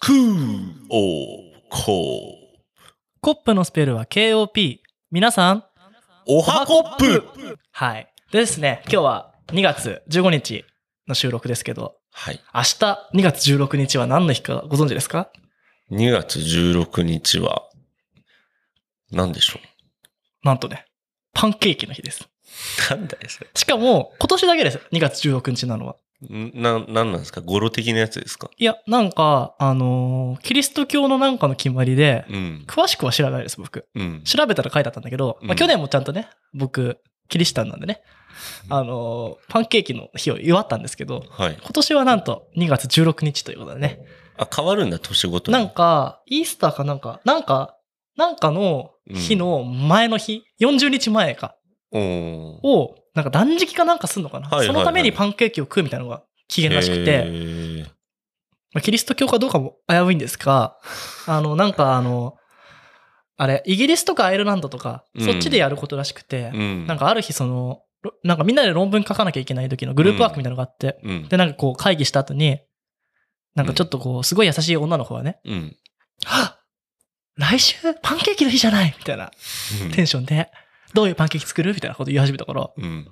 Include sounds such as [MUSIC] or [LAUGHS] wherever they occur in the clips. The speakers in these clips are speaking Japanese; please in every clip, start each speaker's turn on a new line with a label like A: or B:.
A: クーオーコー。
B: コップのスペルは KOP。皆さん
A: おはコップ
B: はい。でですね、今日は2月15日の収録ですけど、
A: はい。
B: 明日2月16日は何の日かご存知ですか
A: 2月16日は、なんでしょ
B: なんとね、パンケーキの日です。
A: う。なんだよ、それ。
B: しかも、今年だけです。2月16日なのは。
A: んな、なんなんですか語呂的なやつですか
B: いや、なんか、あのーキリスト教のなんかの決まりで、
A: うん。
B: 詳しくは知らないです、僕。
A: うん。
B: 調べたら書いてあったんだけど、ま
A: う
B: あ、
A: ん
B: 去年もちゃんとね、僕、キリシタンなんでね、あのーパンケーキの日を祝ったんですけど、
A: はい。
B: 今年はなんと2月16日ということでね、
A: あ、変わるんだ、年ごとに。
B: なんか、イースターかなんか、なんか、なんかの日の前の日、40日前か、
A: おー。
B: を、なんか断食かなんかすんのかな、
A: はいはいはい
B: そのためにパンケーキを食うみたいなのが起源らしく
A: へ
B: て、
A: ー
B: まあ、キリスト教かどうかも危ういんで
A: [LAUGHS]
B: すが、あの、なんかあの、あれ、イギリスとかアイルランドとか、
A: うん
B: そっちでやることらしくて、
A: うん。
B: なんかある日その、ろなんかみんなで論文書かなきゃいけない時のグループワークみたいなのがあって、
A: うん。
B: で、なんかこう会議した後に、なんかちょっとこう、すごい優しい女の子はね、
A: うん。
B: はっ来週パンケーキの日じゃないみたいなテンションで、どういうパンケーキ作るみたいなこと言い始めたから、
A: うん。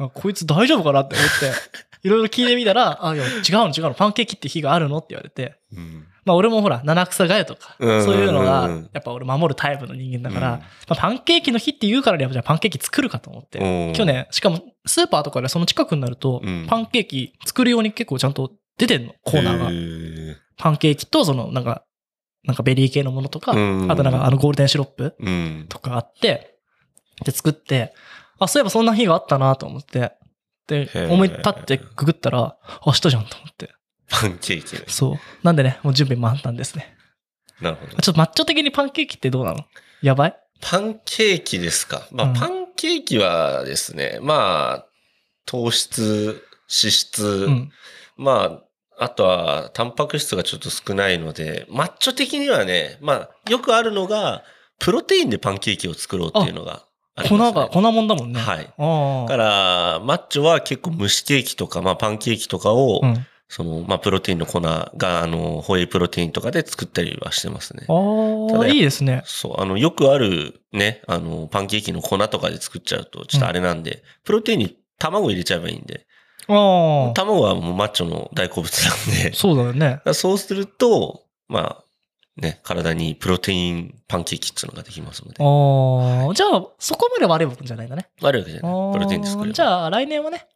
B: あこいつ大丈夫かなって思って、
A: [LAUGHS]
B: いろいろ聞いてみたら、あ、いや、違うの違うの、パンケーキって日があるのって言われて、
A: うん。
B: まあ俺もほら、七草がゆとか、
A: うんうんうんうん
B: そういうのが、やっぱ俺守るタイプの人間だから、まあ、パンケーキの日って言うからには、じゃあパンケーキ作るかと思って、
A: うん、
B: 去年、しかもスーパーとかでその近くになると、
A: うん
B: パンケーキ作るように結構ちゃんと出てんの、コーナーが。
A: ー
B: パンケーキと、その、なんか、なんかベリー系のものとか、
A: うん
B: あとなんかあのゴールデンシロップ
A: うん。
B: とかあって、で作って、あ、そういえばそんな日があったなと思って、で
A: へ、ー
B: 思い立ってググったら、あ明日じゃんと思って。
A: パンケーキね。
B: そう。なんでね、もう準備満タンですね。
A: なるほど。
B: ちょっとマッチョ的にパンケーキってどうなのやばい
A: パンケーキですか。まあ、
B: うん
A: パンケーキはですね、まあ、糖質、脂質、
B: うん。
A: まあ、あとは、タンパク質がちょっと少ないので、マッチョ的にはね、まあ、よくあるのが、プロテインでパンケーキを作ろうっていうのがあり
B: 粉
A: ます、ね。
B: が、粉もんだもんね。い。
A: はい。
B: あ
A: だ
B: あ。
A: から、マッチョは結構蒸しケーキとか、まあ、パンケーキとかを、
B: うん。
A: その、まあ、プロテインの粉が、あの、ホエイプロテインとかで作ったりはしてますね。た
B: ああ、
A: だや
B: いいですね。
A: そう、あの、よくあるね、あの、パンケーキの粉とかで作っちゃうと、ちょっとあれなんで、プロテインに卵入れちゃえばいいんで、
B: ああ。
A: 卵はもうマッチョの大好物なんで、だか
B: そうだよね。
A: らそうすると、まあ、ね、体にプロテインパンケーキっていうのができますので、
B: ああ。じゃあ、そこまで悪いもんじゃないんだね。
A: 悪いわけじゃない。プロテインで作れば。
B: じゃあ来年はね、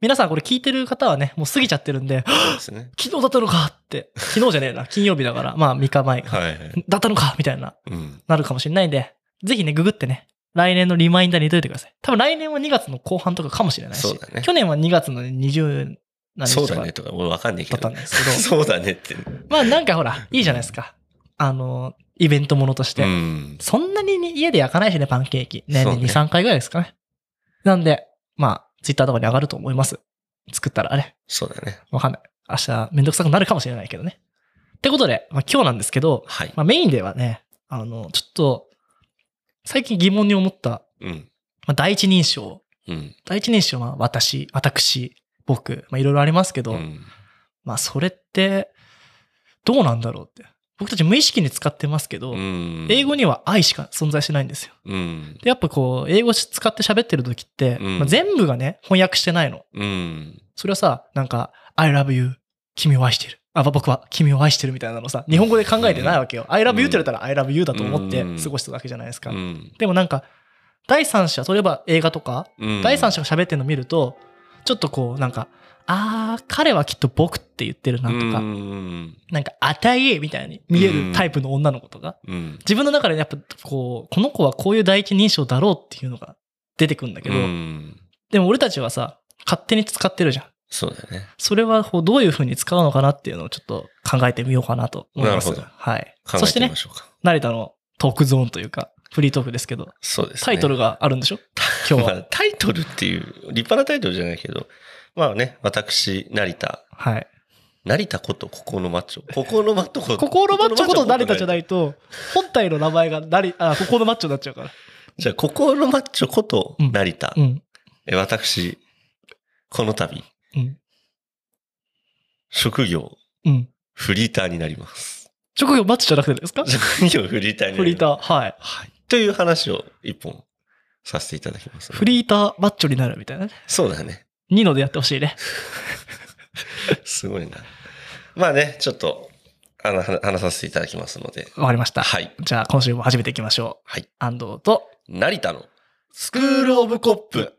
B: 皆さんこれ聞いてる方はね、もう過ぎちゃってるんで、
A: そうですね。
B: 昨日だったのかって、昨日じゃねえな、 [LAUGHS] 金曜日だから、まあ3日前か。
A: はいはい。
B: だったのかみたいな、
A: うん。
B: なるかもしれないんで、ぜひね、ググってね、来年のリマインダーに入れといてください。多分来年は2月の後半とかかもしれないし、
A: そうだね
B: 去年は2月の20何
A: そう
B: 日と
A: だ
B: か
A: ねとか、俺わかんないけ
B: だった
A: ど
B: ん。ですけど、
A: [LAUGHS] そうだねって。
B: まあなんかほら、いいじゃないですか。あの、イベントものとして。
A: うん。
B: そんなに家で焼かないしね、パンケーキ。年
A: そう
B: に
A: ね
B: 2、3回ぐらいですかね。なんで、まあ、ツイッターとかに上がると思います。作ったらね、
A: そうだね。
B: わかんない。明日めんどくさくなるかもしれないけどね。ってことで、まあ今日なんですけど、
A: はい。
B: まあメインではね、あの、ちょっと、最近疑問に思った、
A: うん。
B: まあ第一人称。
A: うん。
B: 第一人称は私、私、僕、まあいろいろありますけど、
A: うん。
B: まあそれって、どうなんだろうって。僕たち無意識に使ってますけど、
A: うん
B: 英語には愛しか存在しないんですよ。
A: うん。
B: でやっぱこう、英語使って喋ってる時って、
A: うん
B: まあ、全部がね、翻訳してないの。
A: うん。
B: それはさ、なんか、I love you, 君を愛してる。あ、まあ僕は君を愛してるみたいなのさ、日本語で考えてないわけよ。I love you って言われたら I love you だと思って
A: うん
B: 過ごしただけじゃないですか。
A: うん。
B: でもなんか、第三者、例えば映画とか、
A: うん
B: 第三者が喋ってるの見ると、ちょっとこう、なんか、あー、彼はきっと僕って言ってるなとか、
A: うん
B: なんか、あたいえみたいに見えるタイプの女の子とか、
A: うん。
B: 自分の中でやっぱこう、この子はこういう第一人称だろうっていうのが出てくるんだけど、
A: うん
B: でも俺たちはさ、勝手に使ってるじゃん。
A: そうだね。
B: それはこうどういう風に使うのかなっていうのをちょっと考えてみようかなと思います。
A: なるほど
B: はい。
A: 考
B: そ
A: え
B: して
A: てみ
B: ね
A: ま、しょうか。
B: 成田のトークゾーンというか、フリートークですけど、
A: そうですね。
B: タイトルがあるんで
A: [LAUGHS]
B: しょ今日
A: ま
B: は。
A: あ、タイトルっていう、立派なタイトルじゃないけど、まあね、私、成田、
B: はい。
A: 成田こと、ここのマッチョ。ここのマッチョこと。。
B: 心マッチョこと成田じゃないいと、本体の名前がなり、あ、心マッチョになっちゃうから。
A: じゃあ、ここのマッチョこと、成田
B: う。ん。
A: え私、この度、
B: うん。
A: 職業、
B: うん。
A: フリーターになります。
B: 職業マッチじゃなくてですか
A: 職業フリーターになります。
B: フリーター。はい。
A: はい。という話を一本させていただきます。
B: フリーターマッチョになるみたいなね。
A: そうだね。
B: ニノでやってほしいね。
A: すごいな。まあね、ちょっと、あの、話話させていただきますので。
B: わかりました。
A: はい。
B: じゃあ今週も始めていきましょう。
A: はい。
B: 安藤と、
A: 成田のスクールオブコップ。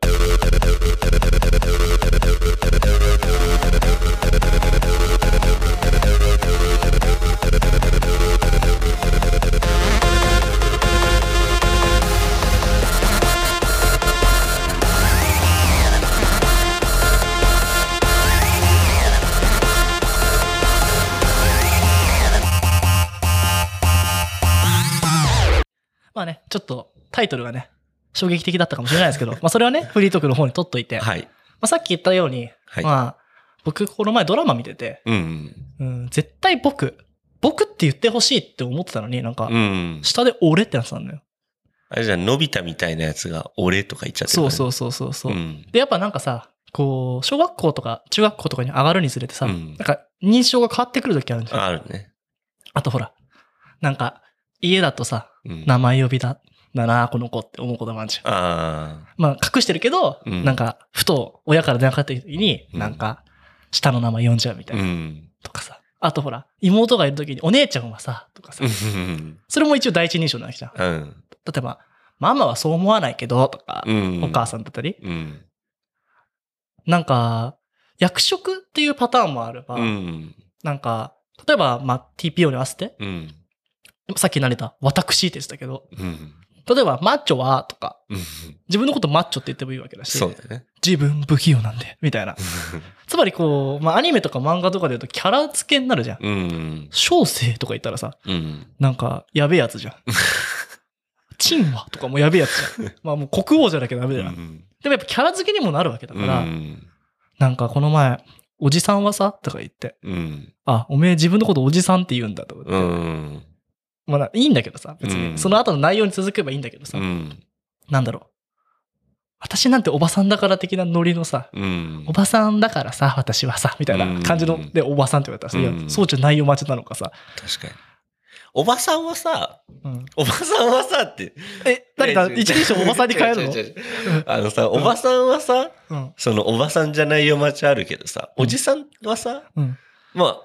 B: まあね、ちょっとタイトルがね、衝撃的だったかもしれないですけど、まあそれはね、フリートークの方に取っといて、ま
A: はい。
B: あさっき言ったように、
A: はい。
B: まあ、僕この前ドラマ見てて、
A: うん。
B: うん、絶対僕、僕って言ってほしいって思ってたのに、なんか
A: う、ん。
B: 下で俺ってなってたんだよ。
A: あれじゃあ、のび太みたいなやつが俺とか言っちゃってる
B: そうそううそうそうそうう。
A: ん。
B: で、やっぱなんかさ、こう、小学校とか中学校とかに上がるにつれてさ、
A: うん
B: なんか認証が変わってくる時あるんじゃん。
A: ああるね。
B: あとほら、なんか、家だとさ、
A: うん。
B: 名前呼びだ、だな、この子って思うこともあるじゃん。
A: あ
B: まあ、隠してるけど、
A: うん
B: なんか、ふと親から電話かかってきた時に、
A: うん
B: なんか、下の名前呼んじゃうみた
A: あ。
B: いうな、
A: ん。
B: とかさ。あとほら、妹がいる時に、お姉ちゃんはさ、とかさ
A: う、ん。
B: それも一応第一認証なわけじゃん。
A: うん。
B: 例えば、ママはそう思わないけど、とか
A: う、ん。
B: お母さんだったり、
A: うん。
B: なんか、役職っていうパターンもあれば、
A: うん。
B: なんか、例えば、まあ、TPO に合わせて、
A: うん。
B: さっき慣れた、私って言ってたけど、
A: うん。
B: 例えば、マッチョは、とか、
A: うん
B: 自分のことマッチョって言ってもいいわけだし、
A: そうだね。
B: 自分不器用なんで、みたいな。つまりこう、まあ、アニメとか漫画とかで言うとキャラ付けになるじゃん。
A: うん。
B: 小生とか言ったらさ、
A: うん。
B: なんか、やべえや
A: [LAUGHS]
B: つじゃん。チンはとかもやべえやつ
A: [LAUGHS]
B: じゃん。まあもう国王じゃなきゃダメだよ。でもやっぱキャラ付けにもなるわけだから、
A: うん。
B: なんかこの前、おじさんはさ、とか言って、
A: うん。
B: あ、おめえ自分のことおじさんって言うんだとか言
A: う
B: って、
A: ん。
B: まあないいんだけどさ、別に、
A: うん
B: その後の内容に続けばいいんだけどさ、
A: うん。
B: なんだろう。私なんておばさんだから的なノリのさ、
A: うん
B: お。ばさんだからさ、私はさ、みたいな感じの
A: うん、
B: で、おばさんって言われたらさ、いや
A: う、ん
B: そうじゃないよ、待ちなのかさ。
A: 確かに。おばさんはさ、
B: うん
A: おばさんはさって。
B: え、誰だ、一人称おばさんに変えるの
A: 違う違う違うあのさ、おばさんはさ、
B: うん。
A: そのおばさんじゃないよ待ちあるけどさ、おじさんはさ、
B: うん。
A: まあ、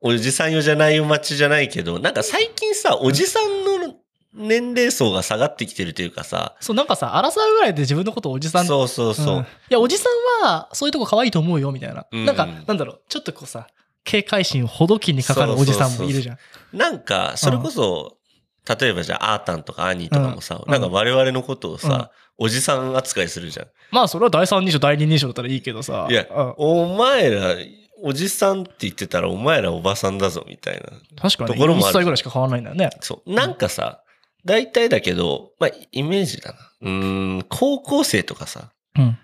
A: おじさんよじゃないよ待ちじゃないけど、なんか最近さ、おじさんの年齢層が下がってきてるというかさ、
B: そう、なんかさ、争うぐらいで自分のことをおじさん
A: そうそうそううん
B: い。や、おじさんは、そういうとこ可愛いと思うよ、みたいな。
A: うん
B: なんか、なんだろう、ちょっとこうさ、警戒心ほどきにかかるおじさんもいるじゃん。
A: なんか、それこそ、例えばじゃあ、あーたんとかアニーとかもさ、
B: うん
A: なんか我々のことをさ、おじさん扱いするじゃん。
B: まあ、それは第三人称、第二人称だったらいいけどさ。
A: いや
B: うん
A: お前ら、おじさんって言ってたらお前らおばさんだぞみたいな。
B: 確かに、
A: ところもある
B: 1歳ぐらいしか変わらないんだよね。
A: そう。なんかさ、大体だけど、まあ、イメージだな。うーん、高校生とかさ、
B: うん。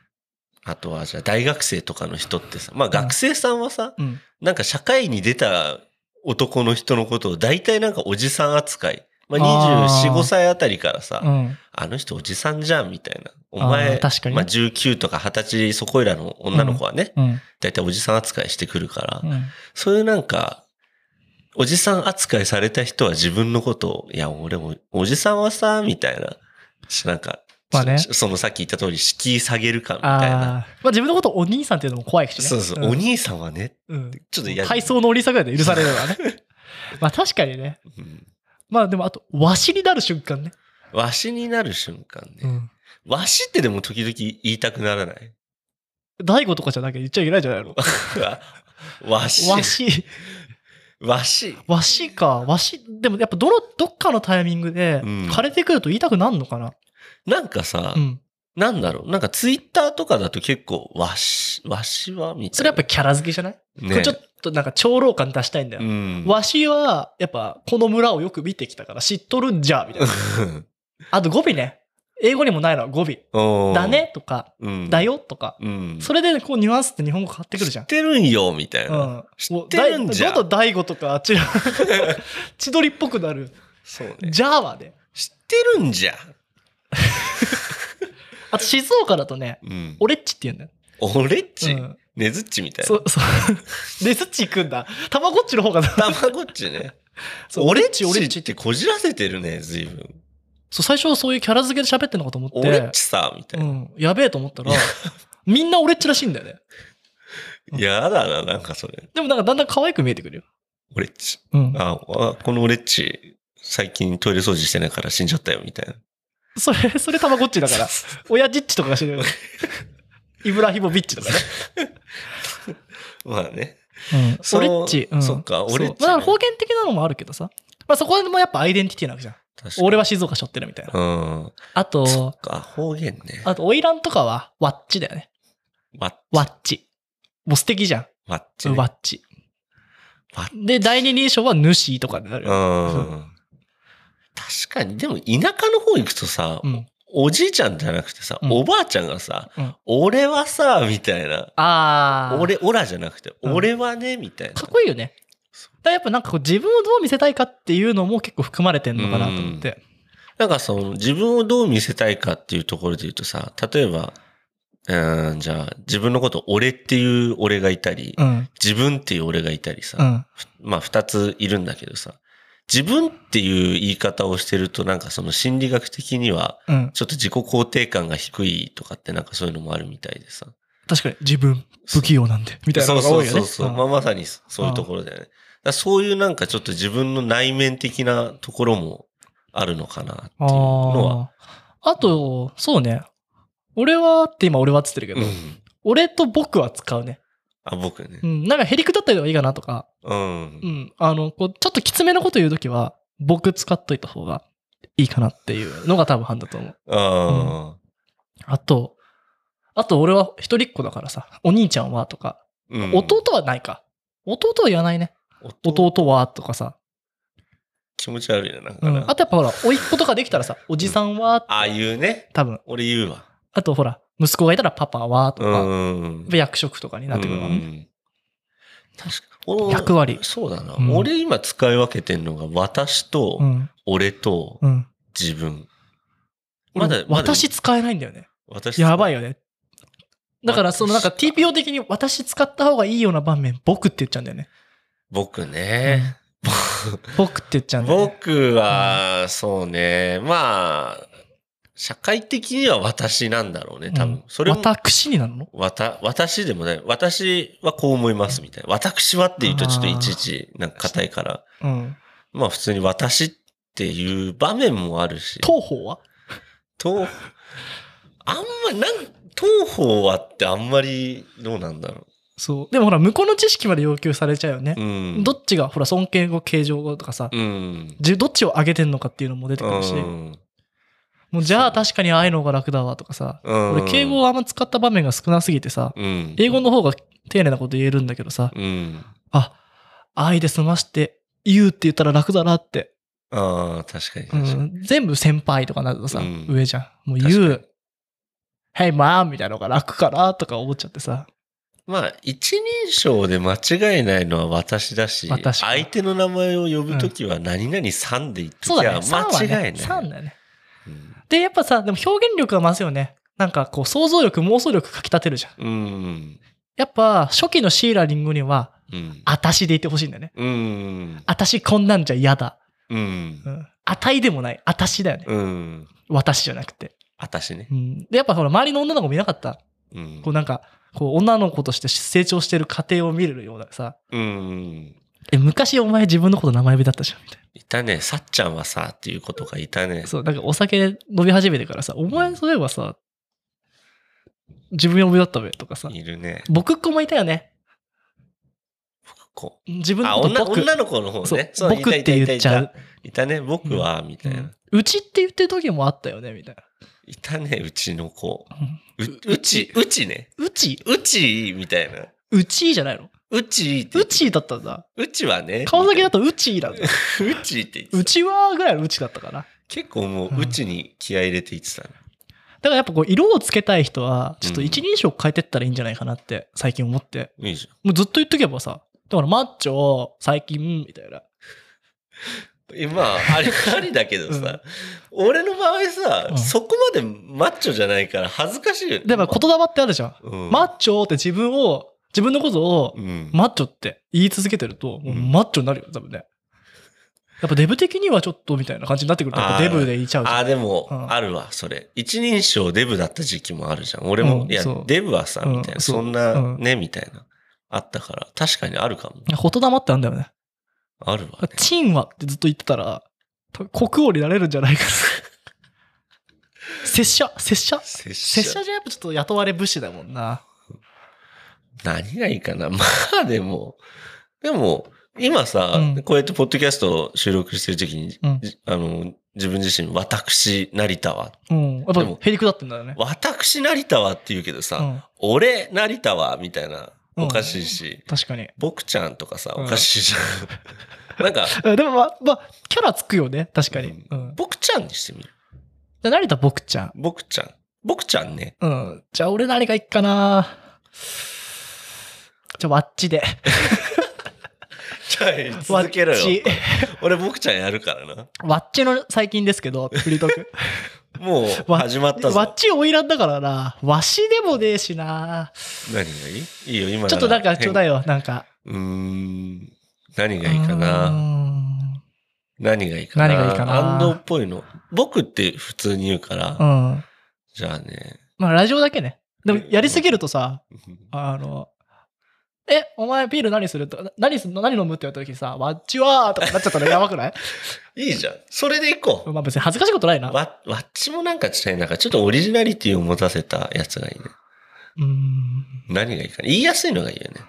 A: あとはじゃあ大学生とかの人ってさ、まあ学生さんはさ、
B: うん。
A: なんか社会に出た男の人のことを大体なんかおじさん扱い。まあ
B: あー
A: 24、5歳あたりからさ、
B: うん。
A: あの人おじさんじゃんみたいな。お
B: あー
A: 前、
B: 確かにね
A: まあ、19とか20歳そこいらの女の子はね、
B: うん。
A: 大体おじさん扱いしてくるから、
B: うん
A: そういうなんか、おじさん扱いされた人は自分のことを、いや、俺も、おじさんはさ、みたいな、しなんか、
B: まあね
A: そそのさっき言った通り、敷居下げるかみたいな。
B: ああ。まあ、自分のことをお兄さんっていうのも怖いしね。
A: そうそう、
B: ん
A: お兄さんはね、
B: うん。
A: ちょっと嫌だ
B: 体操のおりさぐらいで許されるのはね。
A: [LAUGHS]
B: まあ確かにね。
A: うん
B: まあでもあと、わしになる瞬間ね。
A: わしになる瞬間ね。わしってでも時々言いたくならない
B: [LAUGHS] 大悟とかじゃなきゃ言っちゃいけないんじゃないの
A: わし。
B: わし、
A: わし。
B: わしか、わし、でもやっぱどの、どっかのタイミングで
A: うん、
B: 枯れてくると言いたくなるのかな。
A: なんかさ、
B: うん。
A: なんだろう、なんかツイッターとかだと結構、わし、わしはみた
B: そ
A: い
B: れ
A: な。
B: やっぱキャラ付けじゃない、
A: ぱ、
B: これちょっとなんか長老感出したいんだ
A: う
B: よ。
A: ん。 [LAUGHS]
B: わしは、やっぱこの村をよく見てきたから知っとるんじゃ、みたいな。あと語尾ね。英語にもないのは語尾。
A: おー
B: だ。ねとか、
A: うん。
B: だ。よとか。
A: うん。
B: それでこうニュアンスって日本語変わってくるじゃん
A: 知っ。てるんよ、みたいな。
B: うん、もう
A: 知ってるんじゃ
B: だいどんどん大悟とかあっち
A: [LAUGHS]
B: ら千鳥っぽくなる
A: そうね。
B: じゃあはね
A: 知ってるんじゃ。
B: あと静岡だとね
A: うん。
B: 俺っちって言うんだよ、
A: 俺っち。
B: うん
A: ねずっちみたい
B: そ
A: な。
B: う、そう。 [LAUGHS] レズッチ行くんだ。たまごっちの方がな。
A: たまごっちね。
B: [LAUGHS] そう
A: 俺っち、
B: 俺
A: 俺
B: っ
A: っ
B: ち
A: ち
B: っ
A: っててこじらせてるね、随分。
B: そう、最初はそういうキャラ付けで喋ってんのかと思って。
A: 俺っちさ、みたいうな。
B: ん。やべえと
A: [LAUGHS]
B: 思ったら、みんな俺っちらしいんだよね。うん
A: やだな、なんかそれ。
B: でもなんかだんだん可愛く見えてくるよ。
A: 俺っち。
B: うん。
A: あ、あこの俺っち、最近トイレ掃除してないから死んじゃったよ、みたいな。
B: それ、それたまごっちだから。親父っちとかが知る。イブラヒボビッチとかね。
A: [LAUGHS] まあね。
B: うん
A: そう
B: 俺っち。うん
A: そっか俺っちね
B: そうまあ、方言的なのもあるけどさ。まあ、そこもやっぱアイデンティティなわけじゃん。
A: 確かに
B: 俺は静岡しょってるみたいな。
A: うん。
B: あ
A: そ
B: と
A: っ、か、方言ね。
B: あと、花魁とかは、ワッチだよね。
A: わっ、
B: ワッチ。もう素敵じゃん。
A: わっちね。
B: ワッチ
A: ワッ。
B: で、第二人称は主とかになる
A: う
B: よ。
A: ん。確かに、でも田舎の方行くとさ、
B: うん。
A: おじいちゃんじゃなくてさ、
B: うん
A: おばあちゃんがさ、
B: うん
A: 俺はさ、みたいな。
B: ああ。
A: 俺、オラじゃなくて、
B: うん
A: 俺はね、みたいな。
B: かっこいいよね。
A: そ
B: だからやっぱなんかこう自分をどう見せたいかっていうのも結構含まれてんのかなと思って。
A: なんかその、自分をどう見せたいかっていうところで言うとさ、例えば、うーん、じゃあ、自分のこと、俺っていう俺がいたり、
B: うん。
A: 自分っていう俺がいたりさ、
B: うん。
A: まあ、二ついるんだけどさ、自分っていう言い方をしてると、なんかその心理学的には、
B: うん。
A: ちょっと自己肯定感が低いとかってなんかそういうのもあるみたいでさ。
B: 確かに自分、不器用なんで、みたいなのが多いよね。
A: そうそうそうそう。まあ、まさにそういうところだよね。だからそういうなんかちょっと自分の内面的なところもあるのかなっていう
B: あ
A: のは。
B: あー。あと、そうね。俺はって今俺はっつってるけ
A: う
B: ど、
A: ん。
B: 俺と僕は使うね。
A: あ、僕ね
B: う。ん。なんかへりくだったりはいいかなとか、
A: うん
B: う。ん。あの、こう、ちょっときつめのこと言うときは、僕使っといた方がいいかなっていうのが多分判だと思う。
A: ああ。
B: あと、あと俺は一人っ子だからさ、お兄ちゃんはとか、
A: うん
B: 弟はないか。弟は言わないね。
A: 弟
B: 弟はとかさ。
A: 気持ち悪いな、なん
B: う
A: か
B: ん、
A: な。
B: あとやっぱほら、甥っ子とかできたらさ、おじさんは、
A: ああいうね。
B: 多分。
A: 俺言うわ。
B: あとほら、息子がいたらパパはと
A: う
B: か、やっ
A: ん
B: ぱ。役職とかになってくるから
A: う
B: ね。
A: ん確かお
B: 役割
A: そうだな。
B: うん
A: 俺今使い分けてんのが、私と
B: う、ん。
A: 俺と、
B: うん。
A: 自分。
B: ま
A: ま
B: だ
A: だ、
B: 私使えないんだよね。
A: まだ、私
B: やばい
A: よ。
B: よね。だから、そのなんか TPO 的に私使った方がいいような場面、僕って言っちゃうんだよね。
A: 僕ね。
B: 僕って言っちゃうんだよね。
A: 僕は、そうね。まあ、社会的には私なんだろうね、多
B: うん
A: 分。それも、
B: 私になるの
A: わた、私でもない。私はこう思います、みたいな。私はって言うとちょっと
B: あー
A: いちいち、なんか硬いから。
B: うん。
A: まあ普通に私っていう場面もあるし。
B: 当方は
A: と、あんま、なん、東方はってあんまり、どうなんだろ
B: そう。でもほら、向こうの知識まで要求されちゃうよね
A: う。。うん。
B: どっちが、ほら、尊敬語、敬情語とかさ、
A: うん。
B: じどっちを上げてんのかっていうのも出てくるし、
A: うん。
B: もうじゃあ確かにああいうの方が楽だわとかさ、
A: うん
B: 俺敬語をあんま使った場面が少なすぎてさ、
A: うん。
B: 英語の方が丁寧なこと言えるんだけどさ、
A: うん。
B: あ、愛で済まして、言うって言ったら楽だなって、
A: ああ、確かに
B: う
A: 確かに。
B: ん、全部先輩とかなるとさ、
A: うん
B: 上じゃん。もう
A: 確
B: 言
A: かに
B: う、Hey mom! みたいなのが楽かなとか思っちゃってさ、
A: まあ、一人称で間違いないのは私だし、
B: まあ確かに
A: 相手の名前を呼ぶときは何々さんで言ってき
B: そうだ
A: ゃ
B: ね、3
A: 間違
B: はい
A: な
B: ね
A: い。。
B: 3だよね。
A: うん
B: で、やっぱさ、でも表現力が増すよね。なんかこう想像力、妄想力かき立てるじゃん。
A: うん。
B: やっぱ初期のシーラリングには、
A: うん。
B: あたしでいてほしいんだよね。
A: うん。
B: あたしこんなんじゃ嫌だ。
A: うん
B: う。ん。あたいでもない。あたしだよね。
A: うん。
B: 私じゃなくて。
A: 私ね
B: う。ん。で、やっぱほら、周りの女の子見なかった。
A: うん
B: こう。なんか、こう、女の子として成長してる過程を見るようなさ。
A: うん。
B: え、昔お前自分のこと名前呼びだったじゃん、みたい
A: いたね。さっちゃんはさ、っていうことがいたね
B: な。。そう、なんかお酒飲み始めてからさ、お前そういえばさ、自分呼びだったべ、とかさ。
A: いるね。
B: 僕っ子もいたよね。
A: こ
B: 自分
A: う。あ、
B: のこ
A: 女
B: と僕。
A: 女の子の方ね。
B: そう
A: いた
B: 僕って言っちゃう。
A: いたいたいたいたね。僕は、みたいな。
B: うちって言ってる時もあったよね、みたいな。
A: いたね、うちの子。う
B: う
A: うち、うちね。
B: うち
A: うちみたいな。
B: うちじゃないの
A: うちって言
B: う
A: って。
B: ちだったんだ。
A: うちはね。
B: 顔だけだとうちなんだ。
A: うちって言ってた。
B: うちはぐらいのうちだったかな。
A: 結構も
B: うん
A: う、うちに気合い入れて言ってたね。
B: だからやっぱこう色をつけたい人は、ちょっと一人称変えてったらいいんじゃないかなって最近思って。
A: いいじ
B: もうずっと言っとけばさ、だからマッチョ、最近、みたいな。
A: ゃん。えまあ、あれ、ありだけどさ、俺の場合さ、
B: うん
A: そこまでマッチョじゃないから恥ずかしいよね。
B: でも言霊ってあるじゃん。
A: うん、
B: マッチョって自分を自分のことを
A: うん。
B: マッチョって言い続けてると、もうマッチョになるよ、多分ね。やっぱデブ的にはちょっとみたいな感じになってくると、やっぱデブでいちゃうじゃん
A: ああ、でも、
B: うん
A: あるわ、それ。一人称デブだった時期もあるじゃん。俺も、
B: うん
A: いや
B: そう、
A: デブはさ、
B: うん
A: みたいな、
B: そう
A: そんな
B: う、ん
A: ね、みたいな。あったから、確かにあるかも。
B: ほとだまってあんだよね。
A: あるわ
B: [LAUGHS]
A: ね。
B: チンはってずっと言ってたら、多分国王になれるんじゃないかな。拙者、拙者。
A: 拙
B: 拙者じゃやっぱちょっと雇われ武士だもんな。
A: 何がいいかなま [LAUGHS] あでも、でも、今さ、
B: うん
A: こうやってポッドキャストを収録してる時に、
B: うん
A: じあの、自分自身、私、成田は、
B: うん。やっ
A: で
B: ぱ
A: も
B: へりくだってんだよね。
A: 私、成田はって言うけどさ、
B: うん。
A: 俺、成田は、みたいな、
B: うん
A: おかしいし、
B: 確かに。
A: 僕ちゃんとかさ、
B: うん
A: おかしいじゃん。 [LAUGHS] なんか、
B: うんでもまあ、まあ、キャラつくよね。確かに。
A: う
B: うんん。
A: 僕ちゃんにしてみる。
B: じゃあ、成田僕ちゃん。
A: 僕ちゃん。僕ちゃんね。
B: うん。じゃあ、俺何がいっかな。じゃあ、わっちで。
A: ちゃん、続けろ
B: わっち
A: よ。俺、僕ちゃんやるからな。
B: わっちの最近ですけど、フリート
A: [LAUGHS]
B: ーク。
A: もう、
B: わ
A: 始まった
B: わっ
A: ぞ。
B: ち花魁だからな。わしでもねえしな。
A: 何がいいいいよ、今ら
B: ちょっとなんかちょうだいよ、なんか。
A: うーん。何がいいかな何がいいかな
B: 何がいいかな
A: 安藤っぽいの。僕って普通に言うから。
B: うん。うん。
A: じゃあね。 [LAUGHS]
B: まあ、ラジオだけね。でも、やりすぎるとさ、あの、え、お前ビール何すると、な何すんの何飲むって言われた時にさ、わっちはーとかなっちゃったらやばくない [LAUGHS]
A: いいじゃん。それでいこう。
B: まあ別に恥ずかしいことないな。う
A: わ、わっちもなんかちいなんかちょっとオリジナリティを持たせたやつがいいね。
B: ーん。
A: 何がいいかな言いやすいのがいいよね。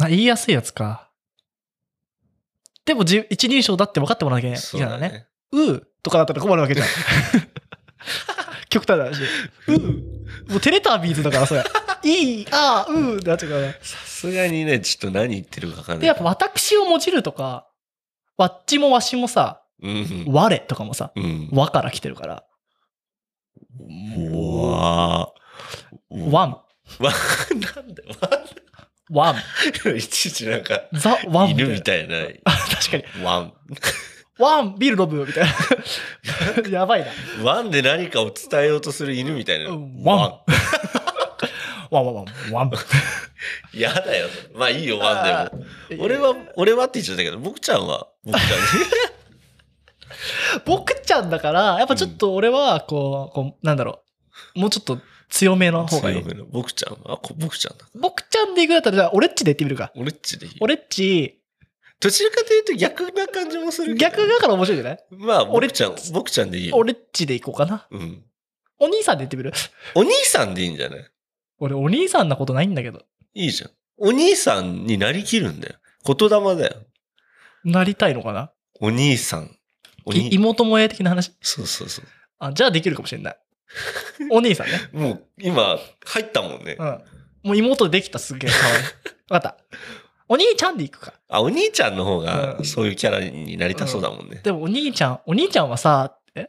B: あ言いやすいやつか。でもじ、一人称だって分かってもらわなきゃい
A: そ
B: け
A: う
B: ないか
A: だ
B: らね。。うーとかだったら困るわ
A: [LAUGHS]
B: けじゃん。極端だ話。うー。もうテレタビーズだからそ
A: [LAUGHS]
B: れ。いい、あー、うーってなっちゃうからね。
A: さすがにね、ちょっと何言ってるかわかんない。
B: で、やっぱ私をもじるとか、わっちもわしもさ、
A: うん。
B: 我とかもさ、
A: うん。
B: 和から来てるから、
A: わ、
B: ワン、
A: わ、なんだ、
B: ワ
A: わ、いちいちなん [LAUGHS] か、
B: ン、ザ・ワン
A: 犬みたい
B: な
A: な、
B: あ確かに、
A: ワン。
B: ワン、ビール飲むみたいな。 [LAUGHS] やばいな。
A: ワンで何かを伝えようとする犬みたいな。
B: うんワワンワンワン、ワン。
A: ン。やだよ。まあいいよ、ワンでも。俺
B: え
A: は、俺はって言っちゃったけど、僕ちゃんは、僕ちゃ
B: ー、僕ちゃんだから、やっぱちょっと俺は、こう、こうなんだろう、もうちょっと強めの
A: ん。
B: 方がい
A: 強
B: い。
A: めの僕ちゃんは、あこ僕ちゃんだ。
B: 僕ちゃんでいくんだったら、じゃあ、俺っちで言ってみるか。
A: 俺っちでいい。
B: 俺っち、
A: どちらかというと逆な感じもするけど。
B: 逆だから面白いじゃない
A: まあ、
B: 俺
A: 僕ちゃん、僕ちゃんでいいよ。
B: 俺っちでいこうかな。
A: うん。
B: お兄さんで言ってみる
A: お兄さんでいいんじゃない
B: 俺、お兄さんなことないんだけど。
A: いいじゃん。お兄さんになりきるんだよ。言霊だよ。
B: なりたいのかな
A: お兄さん。お
B: い
A: 兄
B: 妹萌え的な話
A: そうそうそう。
B: あ、じゃあできるかもしれない。お兄さんね。
A: もう、今、入ったもんね
B: う。ん。もう妹できたすっげえ可愛い。わかった。お兄ちゃんでいくか。
A: あ、お兄ちゃんの方が
B: う、ん
A: そういうキャラになりたそうだもんね。
B: でもお兄ちゃん、お兄ちゃんはさ、え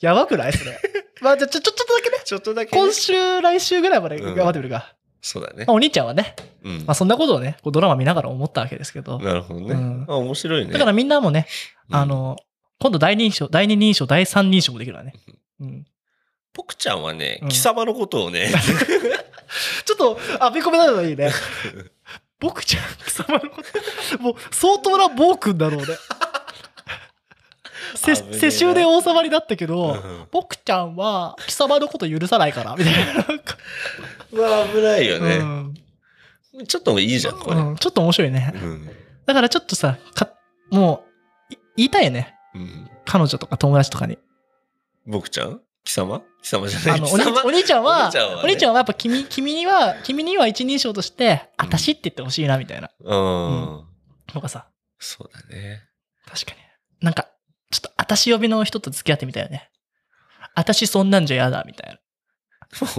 B: やばくない
A: [LAUGHS]
B: それ。まあじゃあちょ、ちょ、ちょっとだけね。
A: ちょっとだけね、
B: 今週、来週ぐらいまで
A: うん
B: 頑張ってみ
A: [LAUGHS]
B: るか。
A: そうだね
B: まあ。お兄ちゃんはね、
A: うん
B: まあ。そんなことをね、こうドラマ見ながら思ったわけですけど。
A: なるほどね。
B: うん
A: あ、面白いね。
B: だからみんなもね、
A: うん
B: あ、の、今度第二人称、第二人称、第三人称もできるわね。うん。
A: 僕ちゃんはね
B: う、ん
A: 貴様のことを
B: [LAUGHS]
A: ね、
B: ちょっと、あべこべなのが
A: [LAUGHS]
B: いいね。僕ちゃん、貴様のこと、もう相当な暴君だろ
A: [LAUGHS]
B: うね。せ
A: 危ねえな
B: 世襲で王様になったけど、
A: う
B: 僕ちゃんは貴様のこと許さないから、みたいな。なんか
A: [LAUGHS] んうわ、危ないよ
B: う
A: ね。
B: ん
A: ちょっといいじゃん、これ。
B: うんちょっと面白いね。
A: うん。
B: だからちょっとさ、かもう、い言いたいよね。
A: うん
B: 彼女とか友達とかに。
A: 僕ちゃん貴様貴様じゃな
B: あ
A: い [LAUGHS]
B: の、
A: 貴
B: お兄
A: 様
B: お兄ちゃんは、
A: お兄ちゃんはね
B: お兄ちゃんはやっぱ君、君には、君には一人称として、
A: うん
B: あたしって言ってほしいな、みたいな
A: うん。
B: のがさ、
A: そうだね。
B: 確かに。なんか、ちょっと、あたし呼びの人と付き合ってみたいよね。あたしそんなんじゃやだ、みたいな。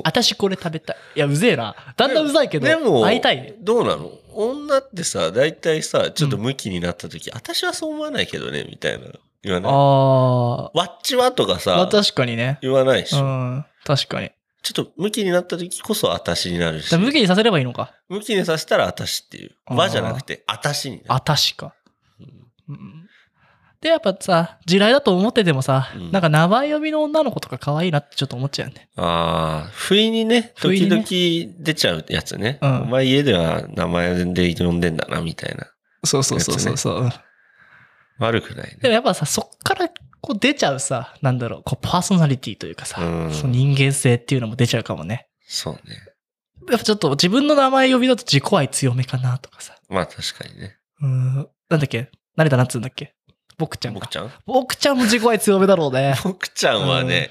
B: あたしこれ食べたい。いや、うぜえな。だんだんうざいけど、
A: でも、
B: 会いたいね。
A: どうなの女ってさ、大体さ、ちょっとムキになった時、私はそう思わないけどね、みたいな。言わない。
B: あ
A: わっちはとか
B: あ、まあ
A: さ、
B: 確かにね。
A: 言わないでし
B: う
A: ょ、
B: ん、確かに。
A: ちょっとムキになった時こそ私になるし
B: じゃ、あ、無理にさせればいいのか。
A: ムキにさせたら私っていう。
B: あー
A: 和じゃなくて、私になる。
B: あたしか。
A: うん
B: うんで、やっぱさ、地雷だと思っててもさ、
A: うん
B: なんか名前呼びの女の子とか可愛いなってちょっと思っちゃうよね。
A: ああ、不意にね、
B: 不意
A: 時
B: にね
A: 々出ちゃうやつね。
B: うん
A: お前家では名前で呼んでんだな、みたいな。
B: そうそうそうそうそう。うん
A: 悪くない
B: で
A: ね。
B: もやっぱさ、そっからこう出ちゃうさ、なんだろう、こうパーソナリティというかさ、
A: うん
B: その人間性っていうのも出ちゃうかもね。
A: そうね。
B: やっぱちょっと自分の名前呼びだと自己愛強めかなとかさ。
A: まあ確かにね。
B: うん。なんだっけ成田なんつうんだっけ僕ちゃんか
A: 僕。ちゃん
B: 僕ちゃんも自己愛強めだろうね。
A: 僕ちゃんはね、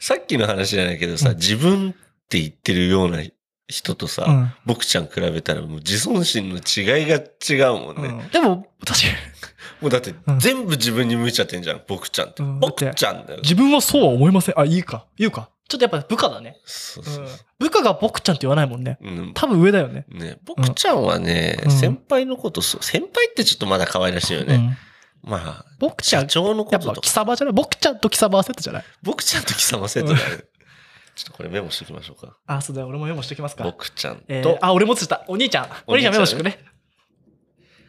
A: さっきの話じゃないけどさ、
B: うん
A: 自分って言ってるような人とさ、
B: うん。
A: 僕ちゃん比べたらもう自尊心の違いが違うもんね。も
B: うんでも、確かに、
A: うだって
B: うん
A: 全部自分に向いちゃってんじゃん、僕ちゃんって。
B: うん
A: 僕ちゃんだよ。
B: 自分はそうは思いません。あ、いいか。言うか。ちょっとやっぱ部下だね。
A: そう
B: う
A: そ
B: ん
A: う
B: 部下が僕ちゃんって言わないもんね。
A: そう。うん
B: 多分上だよね。
A: ね、僕ちゃんはね、
B: うん
A: 先輩のことそう、先輩ってちょっとまだ可愛らしいよね。まあ、
B: 僕ちゃ
A: 社
B: ん、
A: 長のこ
B: やっ
A: と
B: ぱ
A: と
B: 貴
A: か、
B: 様じゃない僕ちゃんと貴様はセットじゃない
A: 僕ちゃんと貴様セットだよね。ちょっとこれメモしておきましょうか。
B: あ、そうだよ。俺もメモしておきますか。
A: 僕ちゃんと、
B: えー、あ、俺もつした。お兄ちゃん。お兄ちゃんメモしてくね。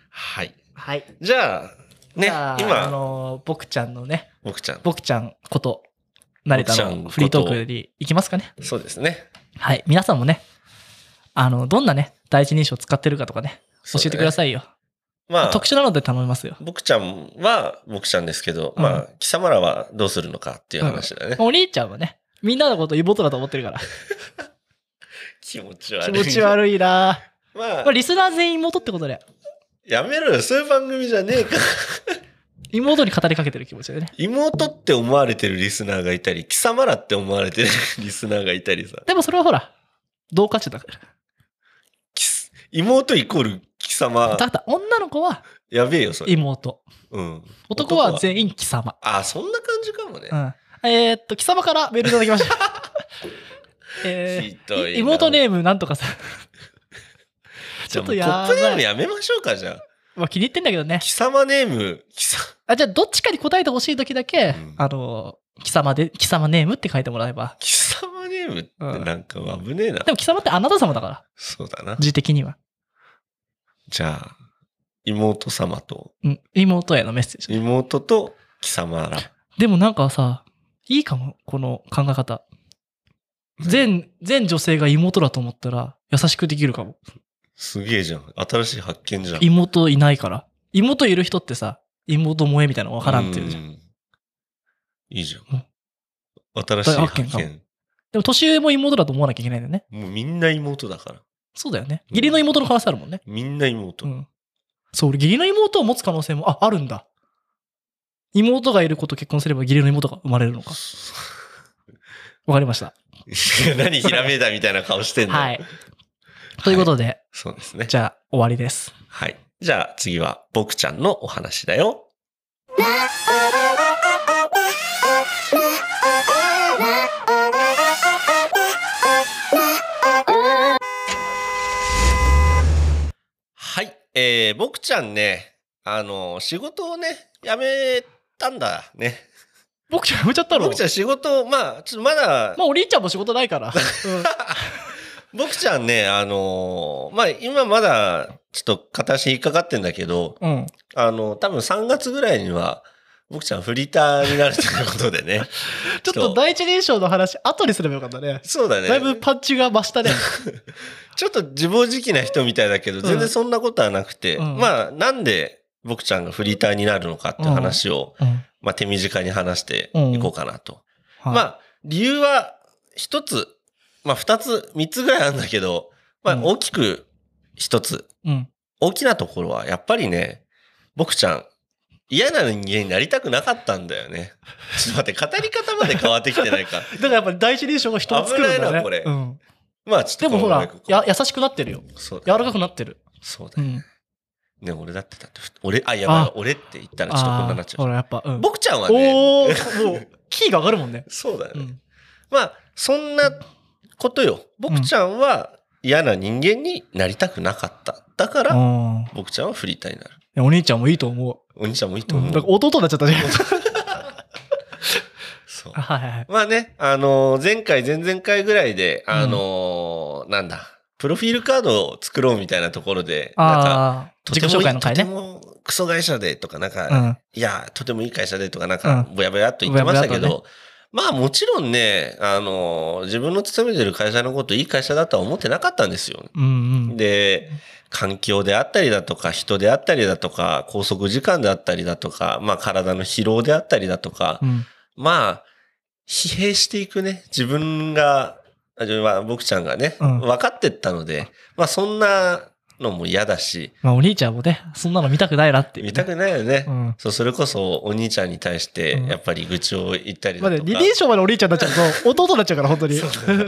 A: はい。
B: はい。
A: じゃあ、ね、
B: じゃああ
A: 今、
B: のー、僕ちゃんのね、
A: 僕ちゃん。
B: 僕ちゃんこと、成田
A: 僕ちゃんこ
B: の
A: と
B: フリートークに行きますかね。
A: そうですね。
B: はい。皆さんもね、あの、どんなね、第一人称使ってるかとかね、教えてくだ
A: い。
B: さいよ。
A: まあ
B: 特、殊なので頼みますよ。
A: 僕ちゃんは僕ちゃんですけど、
B: うん
A: まあ、貴様らはどうするのかっていう話だね。
B: [LAUGHS] お兄ちゃんはね、みんなのこと妹だと思ってるから。
A: [LAUGHS] 気持ち悪
B: 気
A: い。
B: 持ち悪いな
A: まあ
B: まあ、、リスナー全員妹ってことで、
A: やめろよ。そういう番組じゃねえから。
B: 妹に語りかけてる気持ちでね。
A: 妹って思われてるリスナーがいたり、貴様らって思われてる [LAUGHS] リスナーがいたりさ。
B: でもそれはほら、同価値だから。
A: 貴す妹イコール貴様。
B: だから女の子は
A: やべえよ、それ。
B: 妹。
A: うん。
B: 男は全員貴様。
A: あ、そんな感じかもね
B: う。ん。えーっと、貴様からメールいただき
A: [LAUGHS]
B: ました。え
A: ひど
B: ー、
A: いな。
B: い妹ネームなんとかさん。 [LAUGHS]
A: じゃあもう
B: ちょっとやばい
A: コップネームやめましょうか、じゃあ。
B: まあ気に入ってんだけどね。
A: 貴様ネーム、貴様。
B: あじゃあ、どっちかに答えてほしい時だけ、
A: うん
B: あの、貴様で、貴様ネームって書いてもらえば。
A: 貴様ネームってなんか危ねえな
B: で。も貴様ってあなた様だから、
A: そうだな。
B: 字的には。
A: じゃあ、妹様と、
B: うん、妹へのメッセージ。
A: 妹と貴様ら。
B: でもなんかさ、いいかも、この考え方。全、全女性が妹だと思ったら、優しくできるかも。
A: すげえじゃん。新しい発見じゃん。
B: 妹いないから。妹いる人ってさ、妹萌えみたいなの分からんっていうじゃん。
A: うんいいじゃ
B: うん
A: ん。新しい発
B: 大発見か
A: 見。
B: でも年上も妹だと思わなきゃいけないんだよね。
A: もうみんな妹だから。
B: そうだよね。
A: うん
B: 義理の妹の可能性あるもんね。
A: みんな妹。
B: うん。そう、俺義理の妹を持つ可能性も、あ、あるんだ。妹がいる子と結婚すれば義理の妹が生まれる
A: [LAUGHS]
B: のか。わかりました。
A: [LAUGHS] 何ひらめいたみたいな顔してんの。
B: はい。ということで、
A: そうですね。
B: じゃあ終わりです。
A: はい。じゃあ次は僕ちゃんのお話だよ。はい。えー、僕ちゃんね、あの、仕事をね、辞めたんだね。
B: 僕ちゃんやめちゃったの
A: 僕ちゃん仕事、まあ、ちょっとまだ、
B: [LAUGHS] まあ、お兄ちゃんも仕事な
A: [LAUGHS]
B: いから。うん
A: 僕ちゃんね、あのーまあ、今まだ、ちょっと片足引っかかってんだけど、
B: うん。
A: あの、多分3月ぐらいには、僕ちゃんフリーターになるということで
B: [LAUGHS]
A: ね。
B: ちょっと第一人称の話、後にすればよかったね。
A: そうだね。
B: だいぶパンチが増し
A: [LAUGHS]
B: たね。
A: ちょっと自暴自棄な人みたいだけど、
B: ん
A: 全然そんなことはなくて、
B: うん
A: まあ、なんで僕ちゃんがフリーターになるのかって話を、
B: うん。
A: まあ、手短に話していこうかなと。ま
B: あ、
A: あ、理由は、一つ、まあ、二つ、三つぐらいあるんだけど、ま
B: う
A: あ、
B: ん
A: 大きく一つ、
B: うん。
A: 大きなところは、やっぱりね、僕ちゃん、嫌な人間になりたくなかったんだよね。 [LAUGHS] ちょっと待って、語り方まで変わってきてないか。 [LAUGHS]
B: だからやっぱり第一人称が人を作るんだよ
A: 危
B: ね。
A: ないなこれ
B: うん。
A: まあ、ちょっと
B: でもほ
A: この
B: ら
A: 前、
B: や、優しくなってるよ。
A: そうだ
B: 柔らかくなってる。
A: そうだ
B: う。ん。
A: ね、俺だってだって、ふ俺、あ、やばい
B: あ、
A: 俺って言ったらちょっとこんな
B: あ
A: になっ
B: あ、
A: ちゃ
B: ほ
A: う。
B: ら、やっぱ、うん。
A: 僕ちゃんはね、
B: おー、もう、
A: [LAUGHS]
B: キーが上がるもんね。
A: そうだよ
B: う
A: ね。
B: ん。
A: まあ、そんなことよ。僕ちゃんは嫌な人間になりたくなかった。だから、
B: あー
A: 僕ちゃんはフリーターになる。
B: いやお兄ちゃんもいいと思。
A: お兄ちゃんもいいうと
B: う
A: 思
B: んだか
A: う。
B: ら弟になっちゃったじゃん。
A: そう
B: あ。 [LAUGHS] はいはいはい。
A: まあね、あのー前回、前々回ぐらいで、あのーなんだ、プロフィールカードを作ろうみたいなところで、なんか、
B: ああ、自己紹介の回
A: とて
B: ね。
A: もクソ会社でとか、なんか、
B: うん。
A: いや、とてもいい会社でとか、なんか、
B: う
A: ぼやぼやっと言ってましたけ
B: ぼやぼや
A: ど、まあもちろんね、あの、自分の勤めてる会社のこといい会社だとは思ってなかったんですよ。
B: うんうん。
A: で、環境であったりだとか、人であったりだとか、拘束時間であったりだとか、まあ体の疲労であったりだとか
B: う、ん。
A: まあ、疲弊していくね、自分が、あ自分は僕ちゃんがね、
B: うん
A: 分かってったので、まあそんなのも嫌だし、
B: まあ、お兄ちゃんもね、そんなの見たくないなっていうね、
A: 見たくないよね。
B: うん。
A: そう、それこそお兄ちゃんに対して
B: う、ん
A: やっぱり愚痴を言ったり
B: ま
A: だ
B: あね、
A: と
B: 二
A: か。
B: 輪賞までお兄ちゃんになっちゃ
A: [LAUGHS]
B: うと、弟になっちゃうから、本当に。
A: そうだね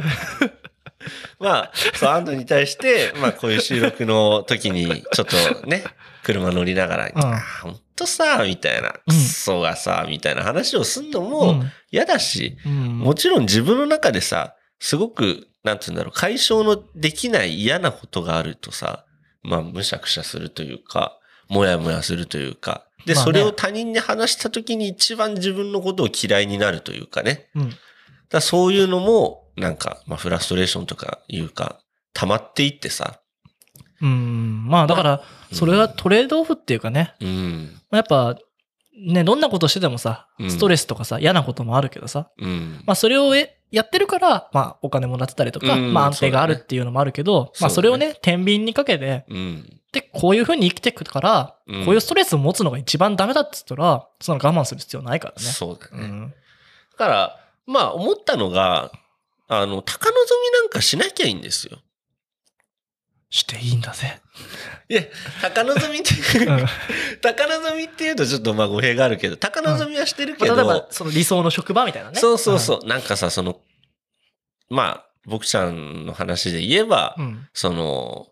A: まあ、そう、安藤に対して、まあ、こういう収録の時に、ちょっと
B: [LAUGHS]
A: ね、車乗りながら、あーほんとさ、みたいな、クソがさ、みたいな話をすんのも嫌だし、
B: うん。
A: もちろん自分の中でさ、すごく、なんて言うんだろう、解消のできない嫌なことがあるとさ、まあ、むしゃくしゃするというか、もやもやするというか、で、
B: まあ
A: そ
B: ね
A: れを他人に話した時に一番自分のことを嫌いになるというかね。
B: うん。
A: だからそういうのも、なんか、まあ、フラストレーションとかいうか、溜まっていってさ。
B: うん。まあ、だから、それはトレードオフっていうかね、
A: うん。
B: やっぱ、ね、どんなことしててもさ
A: う、ん
B: ストレスとかさ、嫌なこともあるけどさ、
A: うん。
B: まあ、それをえやってるから、まあ、お金もらってたりとか、
A: うん
B: まあ、安定があるっていうのもあるけど、
A: そうだね
B: まあ、それをね、天秤にかけて、
A: うん。
B: で、こういう風に生きていくから、
A: うん
B: こういうストレスを持つのが一番ダメだって言ったら、そんな我慢する必要ないからね。
A: そうだ
B: う
A: ね。
B: ん。
A: だから、まあ、思ったのが、あの、高望みなんかしなきゃいいんですよ。
B: していいんだぜ。
A: いや、高望みっていう
B: うん。ま
A: 高望みっていうとちょっとまあ語弊があるけど、高望みはしてる
B: あ
A: け
B: 例
A: ど、
B: えば、その理想の職場みたいなね。
A: そうそうそう、なんかさ、その、まあ、僕ちゃんの話で言えば、
B: うん。
A: その、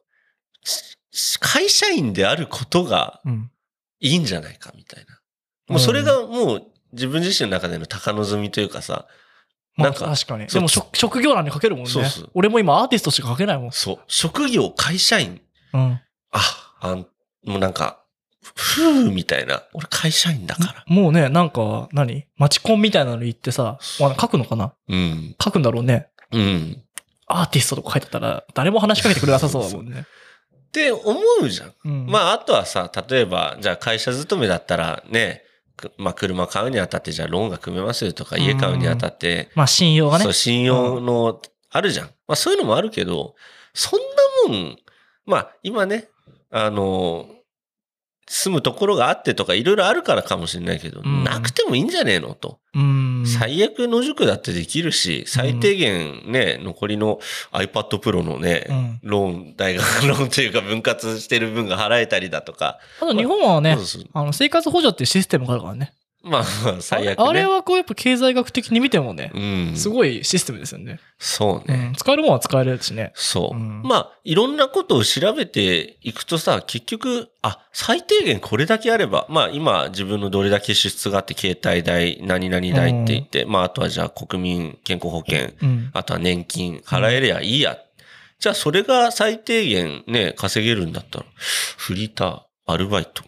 A: しし会社員であることが
B: うん。
A: いいんじゃないかみたいな。もうそれがもう自分自身の中での高望みというかさ、
B: ま
A: な
B: あ、
A: んか
B: 確かに。
A: そ
B: で
A: う
B: も職、職業欄に書けるもんね
A: そうそう。
B: 俺も今、アーティストしか書けないもん。
A: そう、職業会社員、
B: うん。
A: あ、あんもうなんか、ふうみたいな、俺会社員だから。
B: もうね、なんか、何マチコンみたいなの行ってさ、あ書くのかな
A: うん、
B: 書くんだろうね。
A: うん。
B: アーティストとか書いてたら、誰も話しかけてくれなさそうだもんね。
A: って思うじゃん。
B: うん
A: まあ、あとはさ、例えば、じゃあ会社勤めだったらね、くまあ、車買うにあたって、じゃあローンが組めますよとか、
B: うん
A: 家買うにあたって、
B: まあ、信用がね
A: そう、。信用の、あるじゃん。まあ、そういうのもあるけど、そんなもん、まあ、今ね、あの、住むところがあってとか、いろいろあるからかもしれないけど、
B: うん
A: なくてもいいんじゃねえのと。
B: うん。
A: 最悪野宿だってできるし、最低限ね、残りの iPad Pro のね、
B: うん
A: ローン、大学のローンというか分割してる分が払えたりだとか。
B: あと、日本はね
A: そう、そう
B: あの、生活補助っていうシステムがあるからね。
A: まあ、まあ最悪ね。
B: あれあれはこう、やっぱ経済学的に見てもね、
A: うん。
B: すごいシステムですよね。
A: そう
B: う
A: ね。
B: ん。使えるもんは使えるしね。
A: そう、
B: うん
A: まあ、いろんなことを調べていくとさ、結局、あ、最低限これだけあれば、まあ今自分のどれだけ支出があって、携帯代、何々代って言って、まああとはじゃあ国民健康保険、
B: うん。
A: あとは年金払えりゃいいや。じゃあそれが最低限ね、稼げるんだったら、フリーター、アルバイト。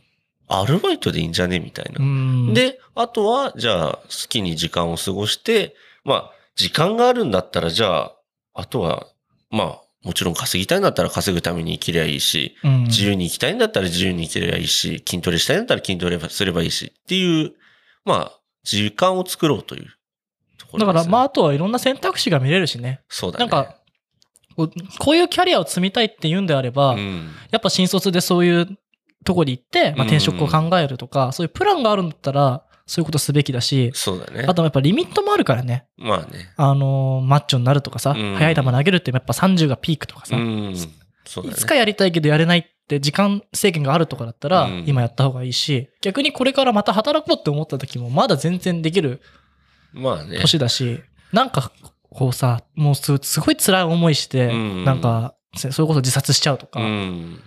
A: アルバイトでいいんじゃねみたいな。
B: うん、
A: で、あとは、じゃあ好きに時間を過ごして、まあ、時間があるんだったら、じゃあ、あとは、まあ、もちろん稼ぎたいんだったら稼ぐために生きりゃいいし、
B: うん、
A: 自由に生きたいんだったら自由に生きればいいし、筋トレしたいんだったら筋トレすればいいしっていう、まあ、時間を作ろうというところ
B: だから、まあ、
A: あ、
B: あとはいろんな選択肢が見れるしね。
A: そうだ
B: な
A: ね。
B: んか、こうこういうキャリアを積みたいって言うんであれば、
A: うん、
B: やっぱ新卒でそういうとこに行って、まあ、転職を考えるとか、そういうプランがあるんだったら、そういうことすべきだし、
A: そうだね
B: あ。とやっぱリミットもあるからね、
A: まあね。
B: あのーマッチョになるとかさ、
A: うん
B: 速い球投げるってやっぱ30がピークとか
A: う
B: さ、
A: ん。そうだ
B: い
A: ね。
B: つかやりたいけどやれないって時間制限があるとかだったら、
A: うん
B: 今やった方がいいし、逆にこれからまた働こうって思った時も、まだ全然できる
A: まあね。
B: 年だし、なんかこうさ、もうすすごい辛い思いして、
A: うん
B: なんか、せそれこそ自殺しちゃうとか、
A: うん。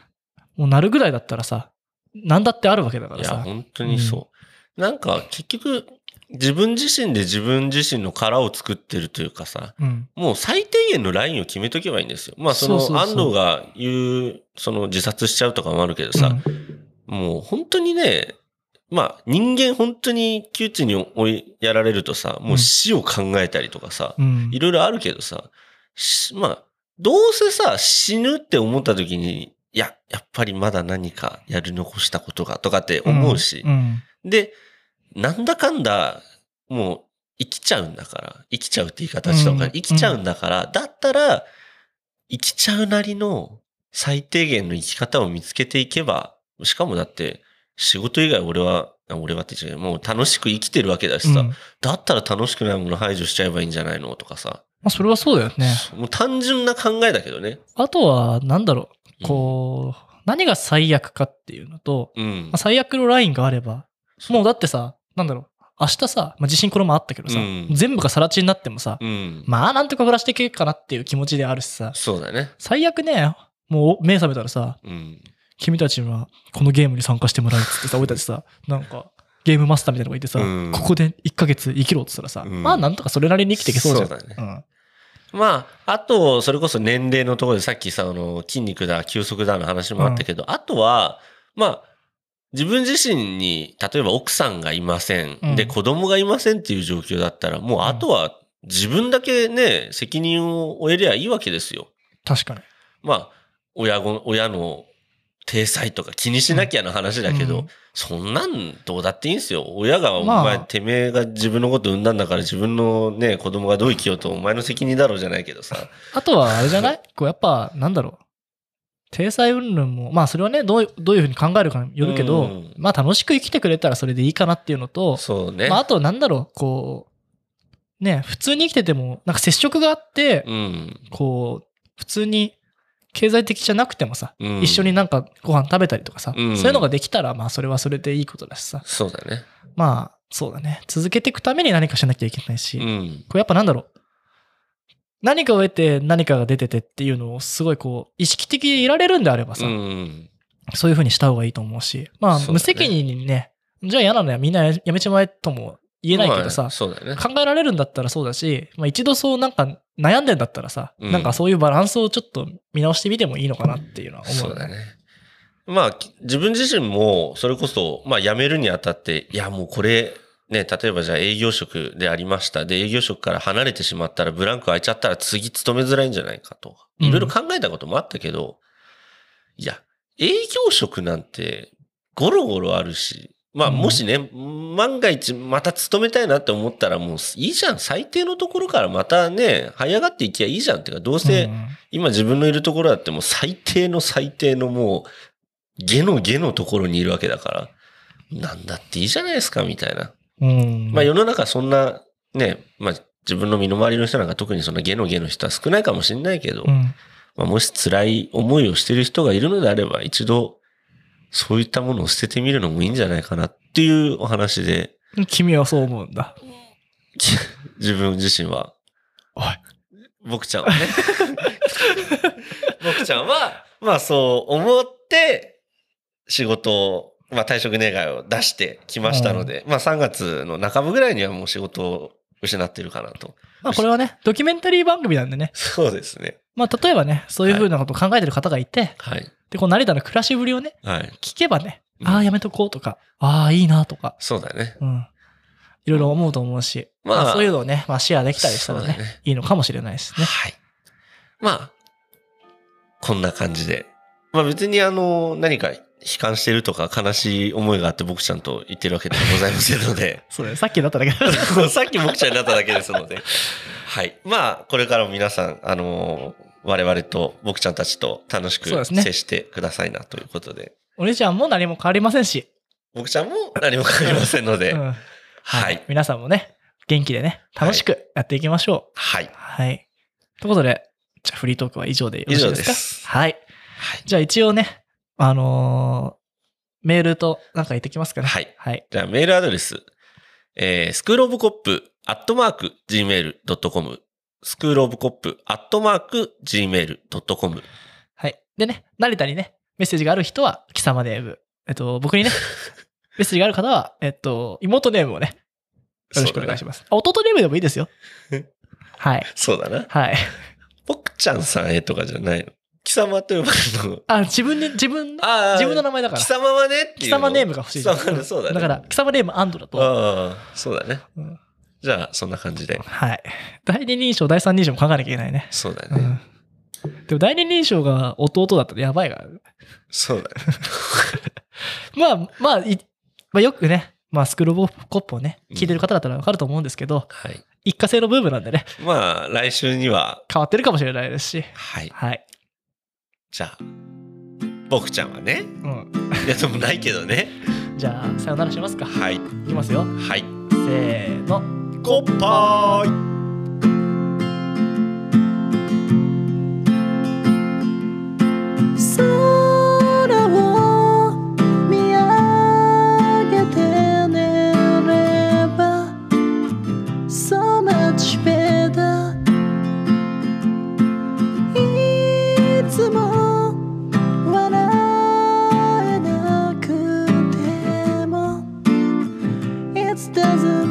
B: もうなるぐらいだったらさ、なんだってあるわけだか
A: い
B: ら
A: や、
B: さ。
A: 本当にそう。なんか、結局、自分自身で自分自身の殻を作ってるというかさ、
B: うん。
A: もう最低限のラインを決めとけばいいんですよ。まあ、その、
B: そうそうそう
A: 安藤が言う、その自殺しちゃうとかもあるけどさ、
B: うん
A: もう本当にね、まあ、人間本当に窮地に追いやられるとさ、もう死を考えたりとかさ、
B: うん
A: いろいろあるけどさ、しまあ、どうせさ、死ぬって思った時に、いや、やっぱりまだ何かやり残したことがとかって思うし、
B: ん
A: で、なんだかんだ、もう生きちゃうんだから、生きちゃうって言い方したのかな、
B: うん
A: 生きちゃうんだから、だったら、生きちゃうなりの最低限の生き方を見つけていけば、しかもだって、仕事以外俺は、あ俺はって言っちゃうけどもう楽しく生きてるわけだしさ、
B: うんま
A: だったら楽しくないもの排除しちゃえばいいんじゃないのとかさ、
B: あ、それはそうだよね。
A: もう単純な考えだけどね。
B: あとは、なんだろう、
A: うん
B: こう、何が最悪かっていうのと、
A: うん
B: まあ、。最悪のラインがあれば、
A: そう
B: もうだってさ、なんだろう、明日さ、まあ、地震これもあったけどさ、
A: うん
B: 全部がさら地になってもさ、
A: うん。
B: まあ、なんとか暮らしていけるかなっていう気持ちであるしさ、
A: そうだね。
B: 最悪ね、もう目覚めたらさ、
A: うん。
B: 君たちはこのゲームに参加してもらうっつっ
A: [LAUGHS]
B: てさ、俺たちさ、なんか、ゲームマスターみたいなのがいてさ、
A: うん
B: ここで1ヶ月生きろっつったらさ、
A: うん
B: まあなんとかそれなりに生きていけそうじゃん。
A: そうだね
B: うん
A: まあ、あと、それこそ年齢のところでさっきさ、あの、筋肉だ、休息だの話もあったけど、あとは、まあ、自分自身に、例えば奥さんがいません、
B: うん
A: で、子供がいませんっていう状況だったら、もうあとは自分だけね、責任を負えりゃいいわけですよ。
B: 確かに。
A: まあ、親ご、親の体裁とか気にしなきゃの話だけど、
B: うん
A: そんなんどうだっていいんですよ。親が、お前、
B: まあ
A: てめえが自分のこと産んだんだから自分のね、子供がどう生きようとお前の責任だろうじゃないけどさ。
B: あとはあれじゃないこうやっぱなんだろう体裁云々もまあそれはねどういうどういうふうに考えるかによるけど、
A: うん
B: まあ楽しく生きてくれたらそれでいいかなっていうのと、
A: そうね。
B: まあ、あとなんだろうこうね普通に生きててもなんか接触があって、
A: うん。
B: こう普通に経済的じゃなくてもさ、
A: うん
B: 一緒になんかご飯食べたりとかさ、
A: うん
B: そういうのができたらまあそれはそれでいいことだしさ
A: そうだね。
B: まあそうだね続けていくために何かしなきゃいけないし、
A: うん。
B: こうやっぱなんだろう。何かを得て何かが出ててっていうのをすごいこう意識的でいられるんであればさ、
A: うん。
B: そういう風にした方がいいと思うし、まあ
A: そうだね
B: 無責任にね、じゃあ嫌なのやみんなやめちまえとも言えないけど
A: ま
B: さ
A: あ、そうだね。
B: 考えられるんだったらそうだし、まあ一度そうなんか悩んでんだったらさ、
A: うん
B: なんかそういうバランスをちょっと見直してみてもいいのかなっていうのは思う。
A: そうだ。ね。まあ、き自分自身も、それこそ、まあ、辞めるにあたって、いや、もうこれ、ね、例えばじゃあ営業職でありました。で、営業職から離れてしまったら、ブランク空いちゃったら次勤めづらいんじゃないかと。
B: うん
A: いろいろ考えたこともあったけど、いや、営業職なんて、ゴロゴロあるし、まあ、
B: うん
A: もしね、万が一また勤めたいなって思ったら、もういいじゃん。最低のところからまたね、這い上がっていきゃいいじゃんっていうか、どうせ、
B: うん
A: 今自分のいるところだってもう最低の最低のもう、下の下のところにいるわけだから、なんだっていいじゃないですか、みたいな。
B: うん。
A: まあ世の中そんな、ね、まあ自分の身の回りの人なんか特にそんな下の下の人は少ないかもしれないけど、
B: うん
A: まあもし辛い思いをしてる人がいるのであれば、一度、そういったものを捨ててみるのもいいんじゃないかなっていうお話で、
B: 君はそう思うんだ。
A: 自分自身は
B: おい。
A: 僕ちゃんはね。僕ちゃんは、まあそう思って、仕事を、まあ退職願いを出してきましたので、まあ3月の中分ぐらいにはもう仕事を失っているかなと。
B: まあこれはね、ドキュメンタリー番組なんでね、
A: そうですね。
B: まあ例えばね、そういう風なことを考えてる方がいて、
A: はい。
B: で、こう、成田の暮らしぶりをね、
A: はい。
B: 聞けばね、
A: うん
B: ああ、やめとこうとか、ああ、いいなとか、
A: そうだね。
B: うん。いろいろ思うと思うし、
A: まあ
B: まあ、そういうのをね、まあ、シェアできたりしたら
A: そう
B: ね、
A: だね
B: いいのかもしれないですね。
A: はい。まあ、こんな感じで。まあ別にあの、何か悲観してるとか悲しい思いがあって僕ちゃんと言ってるわけではございませんので。
B: そうだね、さっきだっただけだ
A: [LAUGHS] さっき僕ちゃんになっただけですので。はい。まあ、これからも皆さん、あのー我々と僕ちゃんたちと楽しく
B: そうですね
A: 接してくださいなということで、
B: お姉ちゃんも何も変わりませんし、
A: 僕ちゃんも何も変わりませんので、
B: うん
A: はい。
B: 皆さんもね、元気でね、楽しくやっていきましょ
A: はい。
B: う。はい。ということで、じゃあ、フリートークは以上でよろしい
A: 以上
B: ですか
A: です
B: はい。
A: はい。
B: じゃあ、一応ね、あのーメールとなんか言ってきますかね。
A: はい。
B: はい。
A: じゃあ、メールアドレス、えー、スクールオブコップ、アットマーク、gmail.com、スクールオブコップ、アットマーク、gmail.com。
B: はい。でね、成田にね、メッセージがある人は、貴様ネーム。えっ
A: [LAUGHS]
B: と、僕にね、メッセージがある方は、えっと、妹ネームをね、よろしくお願いします。あ弟ネームでもいいですよ。はい。
A: そうだな。
B: はい。
A: 僕ちゃんさんへとかじゃないの。貴様と呼ばれるの。
B: あ、自分で、自分、
A: あ
B: 自分の名前だから
A: 貴。様はねって
B: 貴
A: いうの
B: 様ネームが欲しい。
A: 貴様ねそうだね。
B: から、貴様ネームアンドだと。
A: ああ、そうだね。
B: うん
A: じゃあ、そんな感じで。
B: はい。第二人称、第三人称も考えなきゃいけないね。
A: そうだ
B: う
A: ね。
B: ん
C: でも第二印象が弟だったらやばいからね。
A: そうだね。
C: まあ、まあ、いまあ、よくね、まあ、スクローボコップをね、聞いてる方だったらわかると思うんですけど、
A: はい。
C: 一過性のブームなんでね、
A: まあ、来週には、
C: 変わってるかもしれないですし。
A: はい。
C: はい。
A: じゃあ、僕ちゃんはね、
C: うん。
A: いや、でもないけどね。
C: じゃあ、さよならしますか。
A: はい。
C: いきますよ。
A: はい。
C: せーの。
A: コッパーイ
B: 空を見上げて寝れば So much better いつも笑えなくても It doesn't